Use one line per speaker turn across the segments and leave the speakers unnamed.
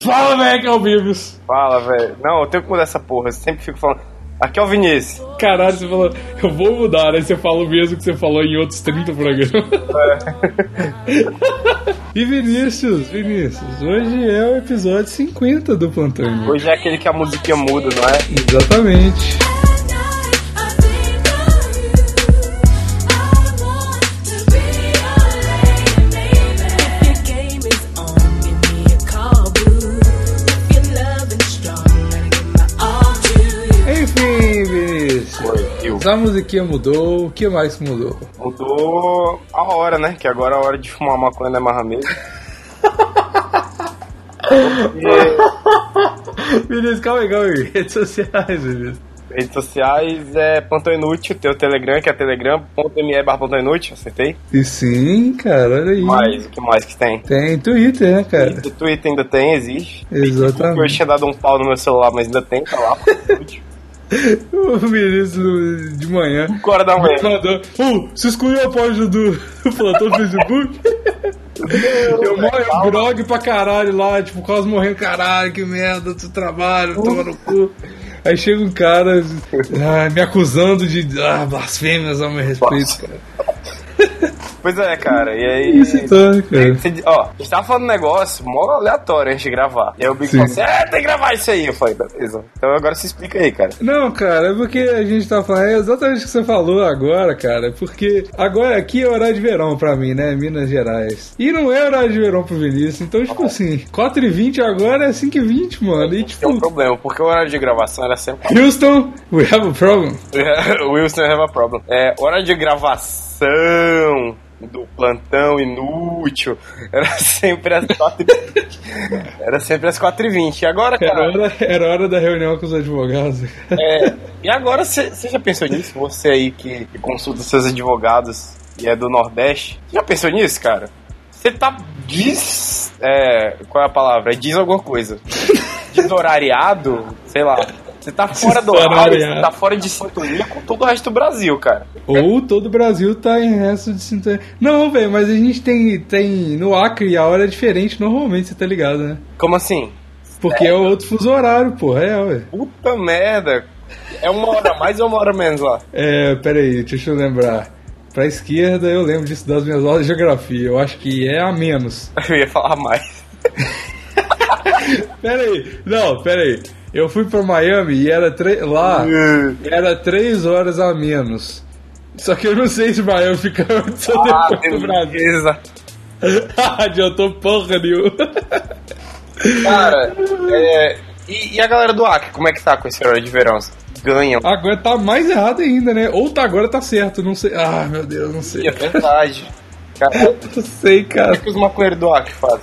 Fala, velho, que é o Bigos.
Fala, velho. Não, eu tenho que mudar essa porra. Eu sempre fico falando. Aqui é o Vinícius.
Caralho, você falou, eu vou mudar, aí você fala o mesmo que você falou em outros 30 programas.
É.
e Vinícius, Vinícius, hoje é o episódio 50 do Plantão.
Hoje é aquele que a musiquinha muda, não é?
Exatamente. Enfim, Vinícius.
Foi. Eu.
A musiquinha mudou, o que mais mudou?
Mudou a hora, né? Que agora a hora de fumar maconha não é mais a mesma. Porque
Vinícius, calma aí, calma aí. Redes sociais, Vinícius.
redes sociais é Plantão Inútil, tem o Telegram, que é telegram.me barra Plantão Inútil, acertei?
E sim, cara, olha aí.
Mas o que mais que tem?
Tem Twitter, né, cara?
O Twitter ainda tem, existe. Eu
Exatamente.
tinha dado um pau no meu celular, mas ainda tem, tá lá. Plantão Inútil.
O Vinícius de manhã
Cinco horas da manhã.
mandou. Uh, se excluiu a página do do plantão do Facebook. Eu moro grog pra caralho lá, tipo, quase morrendo, caralho, que merda, tu trabalho, toma no cu. Aí chega um cara ah, me acusando de ah, blasfêmias ao meu respeito, cara.
Pois é, cara, e aí.
Isso então, cara.
Você di- ó, a gente tava falando um negócio mó aleatório antes de gravar. E aí o Big
Sim.
falou assim: é, tem que gravar isso aí. Eu falei: beleza. Então agora se explica aí, cara.
Não, cara, é porque a gente tá falando é exatamente o que você falou agora, cara. Porque agora aqui é horário de verão pra mim, né? Minas Gerais. E não é horário de verão pro Vinícius. Então, tipo assim, 4h20 agora é 5h20, mano. E
Tem um
tipo,
problema, porque o horário de gravação era sempre.
Houston, we have a problem.
Wilson have a problem. É, horário de gravação do plantão inútil era sempre às 4 e... Era sempre às 4h20. E agora,
Era
cara.
hora, era hora da reunião com os advogados.
É, e agora você você já pensou nisso? Você aí que, que consulta seus advogados e é do Nordeste. Já pensou nisso, cara? Você tá des. É, qual é a palavra? É Diz alguma coisa. Desorariado? Sei lá. Você tá fora do horário,
Desorariado.
você tá fora de sintonia com todo o resto do Brasil, cara.
Ou todo o Brasil tá em resto de sintonia. Não, velho, mas a gente tem, tem no Acre a hora é diferente normalmente, você tá ligado, né?
Como assim?
Porque é outro fuso horário, porra, é, ué.
Puta merda. É uma hora a mais ou uma hora a menos lá?
É, peraí, deixa eu lembrar. Pra esquerda, eu lembro disso das minhas aulas de geografia. Eu acho que é a menos.
Eu ia falar mais.
Peraí, não, peraí. Eu fui pra Miami e era tre- lá era três horas a menos. Só que eu não sei se Miami fica antes ou
Ah,
depois do Brasil.
beleza.
Adiantou porra nenhuma.
Cara, é, e, e a galera do Acre, como é que tá com esse horário de verão? Ganham.
Agora tá mais errado ainda, né? Ou tá agora tá certo, não sei. Ah, meu Deus, não sei.
É verdade. Cara, o é
Não sei, cara.
que os maconheiros do Acre fazem?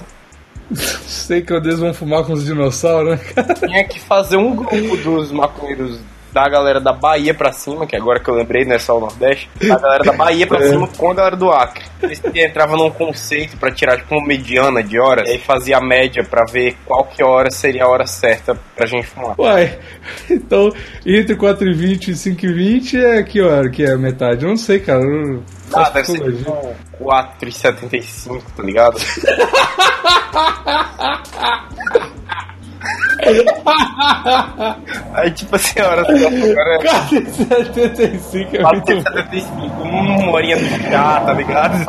Sei que eles vão fumar com os dinossauros, né, cara?
Tinha que fazer um grupo dos maconheiros da galera da Bahia pra cima, que agora que eu lembrei, não é só o Nordeste, a galera da Bahia pra
É.
cima com a galera do Acre. Eles entravam num conceito pra tirar tipo uma mediana de horas, e aí fazia a média pra ver qual que hora seria a hora certa pra gente fumar.
Uai, então entre 4 e 20 e 5 e 20 é que hora que é a metade? Eu não sei, cara. eu-
Ah,
faço
deve ser
psicologia.
tipo 4,75, tá ligado? Aí tipo assim, a hora agora é
4,75 é muito.
4,75, uma horinha do chá, tá ligado?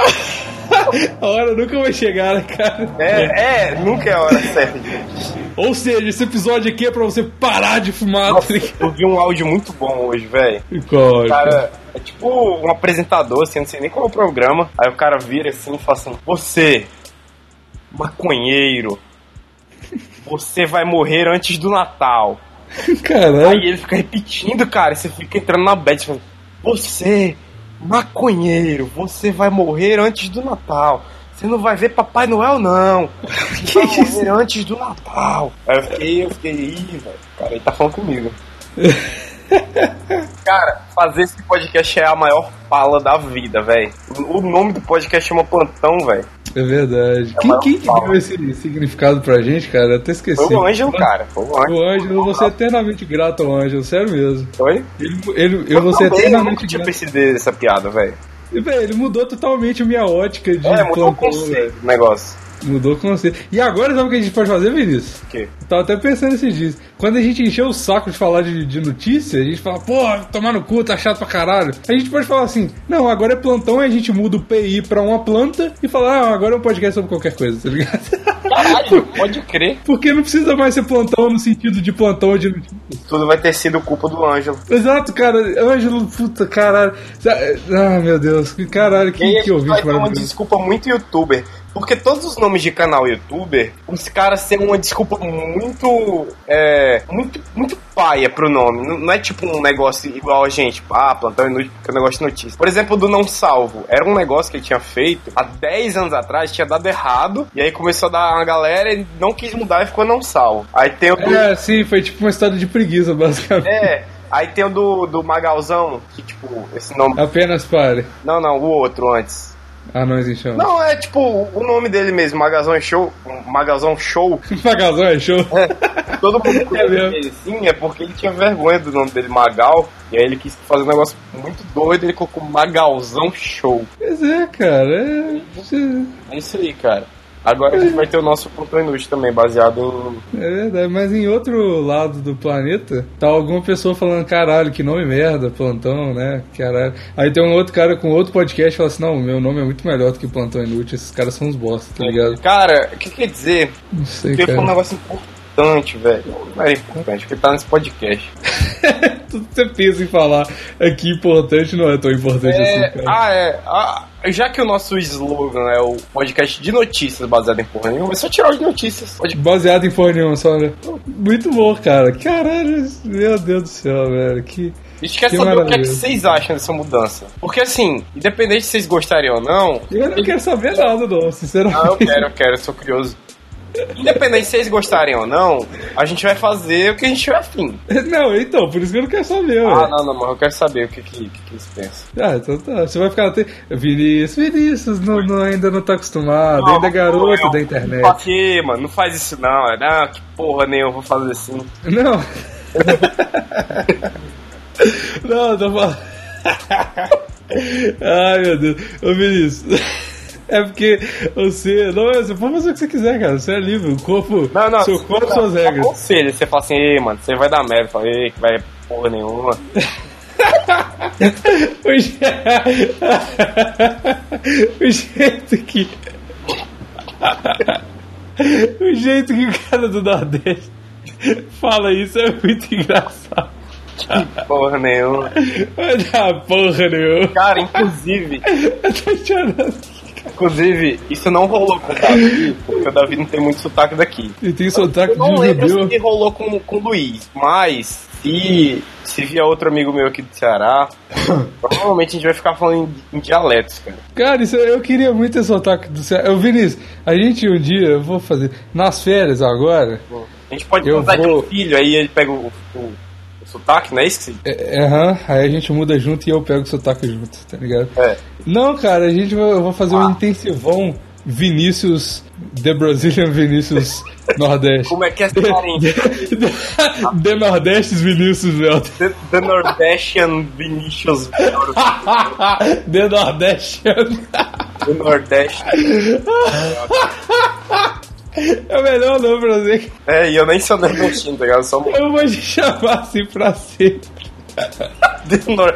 A hora nunca vai chegar, né, cara?
É, é, nunca é a hora certa, gente.
Ou seja, esse episódio aqui é pra você parar de fumar.
Nossa,
tá ligado?
eu vi um áudio muito bom hoje, velho.
E corre.
Cara, é tipo um apresentador, assim, não sei nem qual é o programa. Aí o cara vira assim e fala assim: Você, maconheiro, você vai morrer antes do Natal. Aí
Caralho.
ele fica repetindo, cara, e você fica entrando na bad, falando, você, maconheiro, você vai morrer antes do Natal. Você não vai ver Papai Noel, não. Você vai morrer antes do Natal. Aí eu fiquei, eu fiquei, ih, velho, cara, ele tá falando comigo. Cara, fazer esse podcast é a maior pala da vida, velho. O nome do podcast chama Plantão, velho.
É verdade. Quem,
maior
quem que
pau.
deu esse significado pra gente, cara? Eu até esqueci.
Foi o Ângelo, cara. Foi o Ângelo.
O Ângelo, você é eternamente grato ao Ângelo, sério mesmo.
Oi?
Ele, ele, eu vou ser
também, eu nunca
eternamente
tinha
grato.
percebido essa piada, velho.
E, velho, Ele mudou totalmente a minha ótica de
É, mudou o
plantão, velho.
conceito do negócio.
Mudou o conceito. E agora sabe o que a gente pode fazer, Vinícius?
O quê?
Eu tava até pensando esses dias. Quando a gente encheu o saco de falar de, de notícia, a gente fala, pô, tomar no cu, tá chato pra caralho. A gente pode falar assim, não, agora é plantão e a gente muda o PI pra uma planta e falar, ah, agora é um podcast sobre qualquer coisa, tá ligado?
Caralho, pode crer.
Porque não precisa mais ser plantão no sentido de plantão ou de notícia.
Tudo vai ter sido culpa do Ângelo.
Exato, cara. Ângelo, puta, caralho. Ah, meu Deus, que caralho,
E aí
que,
a
que
gente
ouvinte
vai um ter uma
maravilhoso.
desculpa muito youtuber. Porque todos os nomes de canal youtuber, os caras têm uma desculpa muito. É, muito, muito paia pro nome. Não, não é tipo um negócio igual a gente, tipo, ah, plantão inútil, porque é um negócio de notícia. Por exemplo, do Não Salvo. Era um negócio que ele tinha feito há 10 anos atrás, tinha dado errado. E aí começou a dar uma galera, ele não quis mudar e ficou Não Salvo. Aí tem o.
É, sim, foi tipo uma história de preguiça, basicamente.
É, aí tem o do, do Magalzão, que tipo, esse nome.
Apenas pare.
Não, não, o outro antes.
Anões em chama.
Não, é tipo o nome dele mesmo, Magazão Show. Magazão Show.
Pagazão é show.
Todo mundo
É
conhece
mesmo.
ele sim, é porque ele tinha vergonha do nome dele, Magal. E aí ele quis fazer um negócio muito doido, ele colocou Magalzão Show.
Pois é, cara. É,
É isso aí, cara. Agora a gente vai ter o nosso ponto inútil também, baseado em.
é verdade. Mas em outro lado do planeta, tá alguma pessoa falando, caralho, que nome merda, plantão, né? Caralho. Aí tem um outro cara com outro podcast e fala assim, não, meu nome é muito melhor do que plantão inútil, esses caras são uns bosta,
É.
tá ligado?
Cara, o que quer dizer?
Não sei,
Porque foi um
cara.
negócio importante, velho. Não era importante, porque tá nesse podcast.
Tudo que você pensa em falar aqui importante não é tão importante
É,
assim, cara.
ah, é. Ah, já que o nosso slogan é o podcast de notícias baseado em porra nenhuma, é só tirar os notícias. Podcast
Baseado em porra nenhuma, só, né? Muito bom, cara. Caralho, meu Deus do céu, velho. Que...
A gente quer
Que
saber o que, é que
maravilha.
vocês acham dessa mudança. Porque assim, independente se vocês gostariam ou não.
Eu não quero saber nada, não, sinceramente.
Ah, eu quero, eu quero, eu sou curioso. Independente se vocês gostarem ou não, a gente vai fazer o que a gente tiver afim.
Não, então, por isso que eu não quero saber, ué.
Ah, não, não, mas eu quero saber o que, que, que, que eles pensam.
Ah, então tá. Você vai ficar até. Vinícius, Vinícius não, não- ainda não tá acostumado, ainda é garoto
não,
da internet.
Não, aqui, mano, não faz isso não. É, Não, que porra nenhuma, eu vou fazer assim.
Não. não, tô falando. Ai, meu Deus. Ô, Vinícius. É porque você. Não, você pode fazer o que você quiser, cara. Você é livre. O corpo.
Não, não.
seu corpo,
não,
suas regras.
Aconselho, você fala assim, ei, mano, você vai dar merda. Fala, ei, que vai porra nenhuma.
O je- o jeito que. O jeito que o cara do Nordeste fala isso é muito engraçado.
Porra nenhuma.
Ah, porra, nenhuma.
Cara, inclusive,
Eu tô chorando.
Inclusive, isso não rolou com o Davi, porque o Davi não tem muito sotaque daqui.
E tem sotaque
Eu
de um
não lembro
judeu.
se rolou com, com o Luiz, mas se, se vier outro amigo meu aqui do Ceará, provavelmente a gente vai ficar falando em, em dialetos, cara.
Cara, isso, eu queria muito esse sotaque do céu. Eu, Vinícius, a gente um dia, eu vou fazer. Nas férias agora.
A gente pode
Eu
contar
vou-
de um filho, aí ele pega o, o, o sotaque, não é isso? que se-
é- é, Aham, aí a gente muda junto e eu pego o sotaque junto, tá ligado?
É.
Não, cara, a gente vai, eu vou fazer
Ah.
um intensivão Vinícius, The Brazilian Vinícius Nordeste.
Como é que é essa parente?
The Nordestes Vinícius Velto.
The, the Nordestian Vinicius. The
The Nordeste.
Nordeste.
É o melhor nome pra você.
É, e eu nem sou nordestino, tá ligado? Eu sou um-
Eu vou te chamar assim pra sempre.
The Nor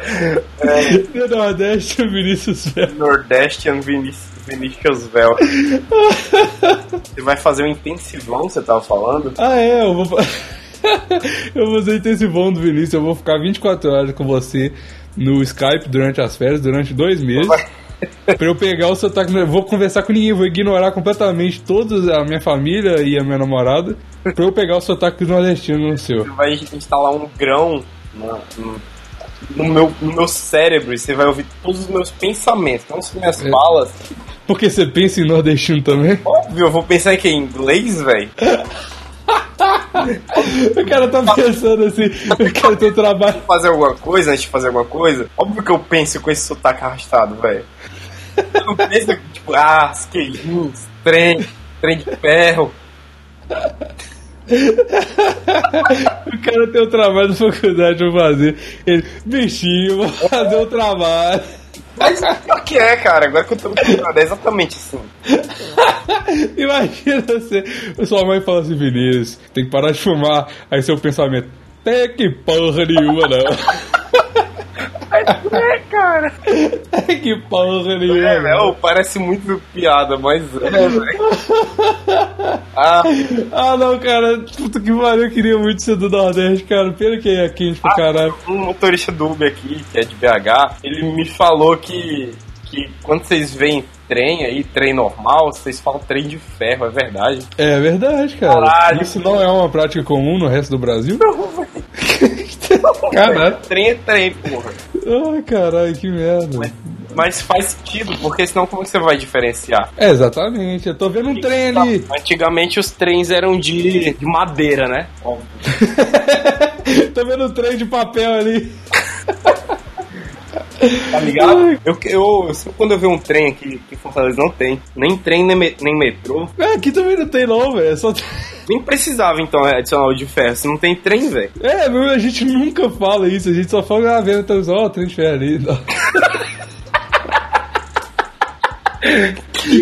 é,
The Nordeste Vinícius Velto.
Nordestian Vinicius, Vinicius Vel. Você vai fazer um intensivão, você tava falando?
Ah, é, eu vou. fa- eu vou ser intensivão do Vinícius. Eu vou ficar 24 horas com você no Skype durante as férias, durante dois meses. Pra eu pegar o sotaque, eu vou conversar com ninguém, vou ignorar completamente toda a minha família e a minha namorada pra eu pegar o sotaque do nordestino no seu.
Você vai instalar um grão na- no, no meu, no meu cérebro e você vai ouvir todos os meus pensamentos, não só minhas
É.
falas.
Porque você pensa em nordestino também?
Óbvio, eu vou pensar que é inglês, velho.
O cara tá pensando assim, eu quero ter trabalho.
Fazer alguma coisa, antes de fazer alguma coisa, óbvio que eu penso com esse sotaque arrastado, velho. Eu não penso, tipo, ah, queijinhos, trem, trem de ferro.
O cara tem o trabalho da faculdade pra fazer. Ele, bichinho, vou fazer o trabalho.
Mas pior que é, cara, agora que eu tô me lembrando, é exatamente assim.
Imagina você. Sua mãe fala assim, Vinícius, tem que parar de fumar. Aí seu pensamento, tem que porra nenhuma, não.
É, cara.
Tem que porra nenhuma.
É,
não.
velho, parece muito piada, mas é, velho. Ah,
Ah, não, cara. Puta que pariu, eu queria muito ser do Nordeste, cara. Pena que é quente pra caralho.
um motorista do Uber aqui, que é de BH, ele me falou que, que quando vocês veem trem aí, trem normal, vocês falam trem de ferro, é verdade.
É verdade, cara.
Caralho.
Isso não é uma prática comum no resto do Brasil? Caralho.
Trem é trem, porra.
Ai, caralho, que merda.
Mas faz sentido, porque senão como que você vai diferenciar?
É, exatamente. Eu tô vendo um trem
tá.
ali.
Antigamente os trens eram de, de madeira, né?
tô vendo um trem de papel ali.
Tá ligado? Eu, eu, sempre quando eu vejo um trem aqui, que em Fortaleza não tem, nem trem, nem, me- nem metrô,
É, aqui também não tem não, velho. É Só...
nem precisava então adicionar o de ferro, se não tem trem, velho.
É, meu, a gente nunca fala isso. A gente só fala, ah, vendo televisão, ó, trem de ferro ali.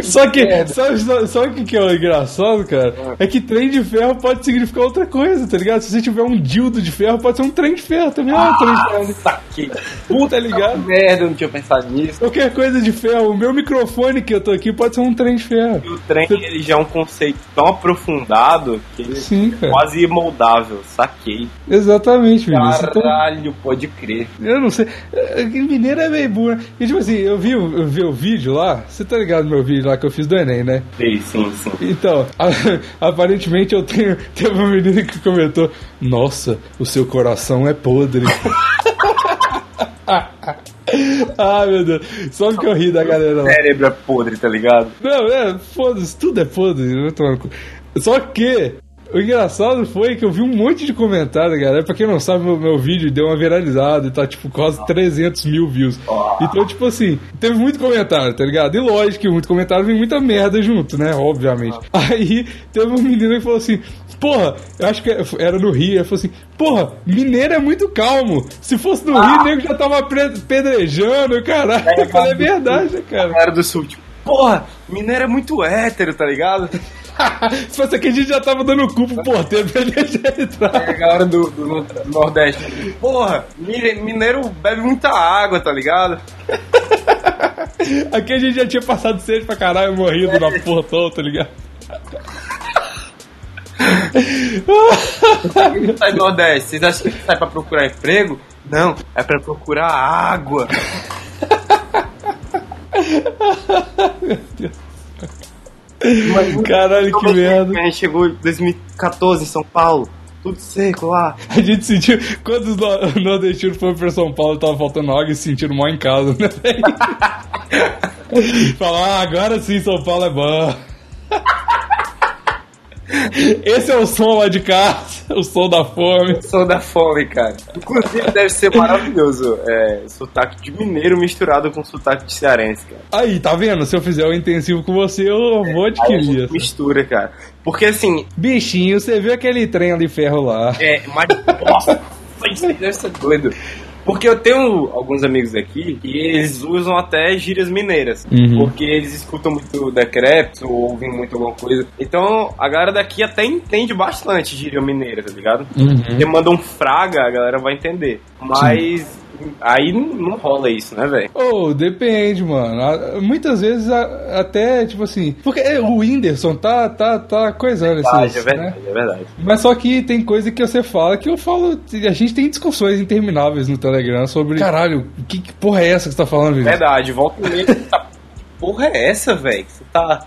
Só que, sabe, sabe- sabe o que que é o engraçado, cara? É que trem de ferro pode significar outra coisa, tá ligado? Se você tiver um dildo de ferro, pode ser um trem de ferro também. Ah, trem de ferro ali.
Nossa, que
Puta, tá ligado?
tá merda, eu não tinha pensado nisso.
Qualquer coisa de ferro, o meu microfone que eu tô aqui pode ser um trem de ferro.
E o trem, ele já é um conceito tão aprofundado que ele
Sim,
é
cara.
quase imoldável, saquei.
Exatamente, Vinícius.
é
Então,
Caralho, pode crer.
eu não sei. É, que Mineiro é meio burro. né? E tipo assim, eu vi, o- eu vi o vídeo lá. Você tá ligado no meu vídeo lá que eu fiz do Enem, né?
Sei, sim, sim.
Então, a- aparentemente eu tenho. Teve uma menina que comentou: Nossa, o seu coração é podre. ah, meu Deus. Só porque eu ri da galera lá.
Cérebro é podre, tá ligado?
Não, é, foda-se, tudo é podre, eu tô maluco. Só que o engraçado foi que eu vi um monte de comentário, galera. Pra quem não sabe, meu, meu vídeo deu uma viralizada e tá, tipo, quase 300 mil views. Então, tipo assim, teve muito comentário, tá ligado? E lógico que muito comentário vem muita merda junto, né? Obviamente. Aí teve um menino que falou assim: Porra, eu acho que é, era no Rio. Ele falou assim: Porra, mineiro é muito calmo. Se fosse no Rio, o nego já tava pre- pedrejando, caralho.
É,
Eu falei: É
cara,
verdade, né, cara.
Galera do sul, tipo, porra, mineiro é muito hétero, tá ligado?
Se fosse aqui, a gente já tava dando cu pro porteiro pra ele deixar ele entrar.
Aí a galera do, do- do Nordeste, porra, mine- mineiro bebe muita água, tá ligado?
Aqui a gente já tinha passado sede pra caralho, morrido na porra toda, tá ligado?
Ele sai do Nordeste, vocês acham que ele sai pra procurar emprego? Não, é pra procurar água.
Caralho, que merda.
é A gente chegou em 2014 em São Paulo, tudo seco lá.
A gente sentiu. Quando os no- nordestinos foram pra São Paulo, tava faltando água e se sentiram mal em casa, né? Falar, ah, agora sim São Paulo é bom. Esse é o som lá de casa, o som da fome.
Sou da fome, cara. Inclusive, deve ser maravilhoso. É, sotaque de mineiro misturado com sotaque de cearense, cara.
Aí, tá vendo? Se eu fizer o intensivo com você, eu vou
Aí a
adquirir.
gente É mistura, cara. Porque assim,
Bichinho, você viu aquele trem ali ferro lá?
É, mas. Nossa, isso aí deve ser doido. Porque eu tenho alguns amigos aqui que eles usam até gírias mineiras.
Uhum.
Porque eles escutam muito decrépito, ou ouvem muito alguma coisa. Então a galera daqui até entende bastante gíria mineira, tá ligado? Você manda um fraga, a galera vai entender. Mas aí não- não rola isso, né, velho?
Ou depende, mano. A- Muitas vezes a- até, tipo assim. Porque é, o Whindersson tá, tá, tá coisando
Ah,
esses.
é
né?
verdade, é verdade.
Mas só que tem coisa que você fala que eu falo. A gente tem discussões intermináveis no Telegram sobre. Caralho, que, que porra é essa que você tá falando, Vinícius?
Verdade, volta e meia. tá- Que porra é essa, velho? Que Você tá.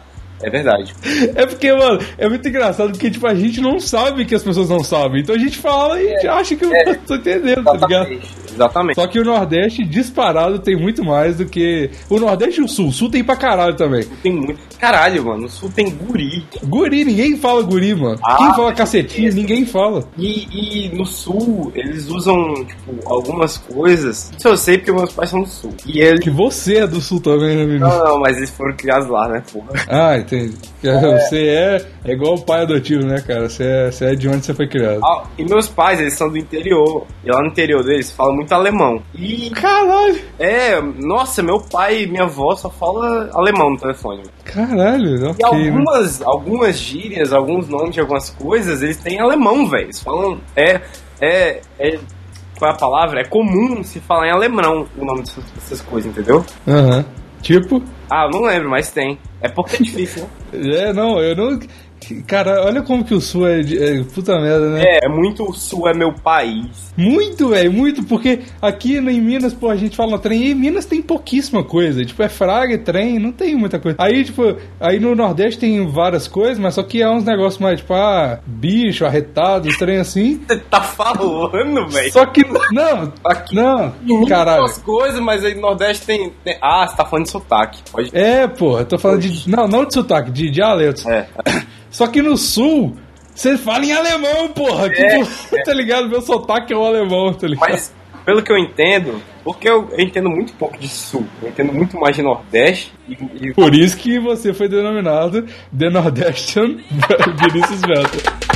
É verdade.
É porque, mano, é muito engraçado porque, tipo, a gente não sabe que as pessoas não sabem. Então a gente fala e a gente acha que eu
é.
tô entendendo, tá ligado?
Exatamente.
Só que o Nordeste, disparado, tem muito mais do que. O Nordeste e o Sul. O Sul tem pra caralho também.
Tem muito. Caralho, mano, o sul tem guri.
Guri, ninguém fala guri, mano.
Ah,
Quem fala cacetinho,
isso.
ninguém fala.
E, e no sul, eles usam, tipo, algumas coisas. Isso eu sei porque meus pais são do sul. E eles.
Que você é do Sul também, né, menino?
Não, não, mas eles foram criados lá, né, porra?
Ah, entendi. Você é, é igual o pai adotivo, né, cara? Você é, você é de onde você foi criado.
Ah, e meus pais, eles são do interior. E lá no interior deles falam muito alemão. E.
Caralho!
É, nossa, meu pai e minha avó só fala alemão no telefone.
Caralho, ok. né?
E algumas, algumas gírias, alguns nomes de algumas coisas, eles têm alemão, velho. Eles falam. É, é, é. Qual é a palavra? É comum se falar em alemão o nome dessas, dessas coisas, entendeu?
Aham. Tipo?
Ah, eu não lembro, mas tem. É porque é difícil, né?
É, não, eu não. Cara, olha como que o Sul é, de- é puta merda, né?
É, é muito o sul é meu país.
Muito, velho, muito, porque aqui em Minas, pô, a gente fala trem, e em Minas tem pouquíssima coisa. Tipo, é fraga, é trem, não tem muita coisa. Aí, tipo, aí no Nordeste tem várias coisas, mas só que é uns negócios mais, tipo, ah, bicho, arretado, trem assim.
Você tá falando, velho?
Só que. Não,
Aqui
não, caralho.
Muitas coisas, mas aí no Nordeste tem, tem- Ah, você tá falando de sotaque. Pode.
É, pô, eu tô falando de. Não, não de sotaque, de dialetos.
É.
Só que no sul, você fala em alemão, porra.
É,
Tipo, tá ligado? Meu sotaque é o alemão, tá ligado?
Mas, pelo que eu entendo, porque eu, eu entendo muito pouco de sul, eu entendo muito mais de Nordeste e, e
Por isso que você foi denominado The Nordestian Vinicius Velta.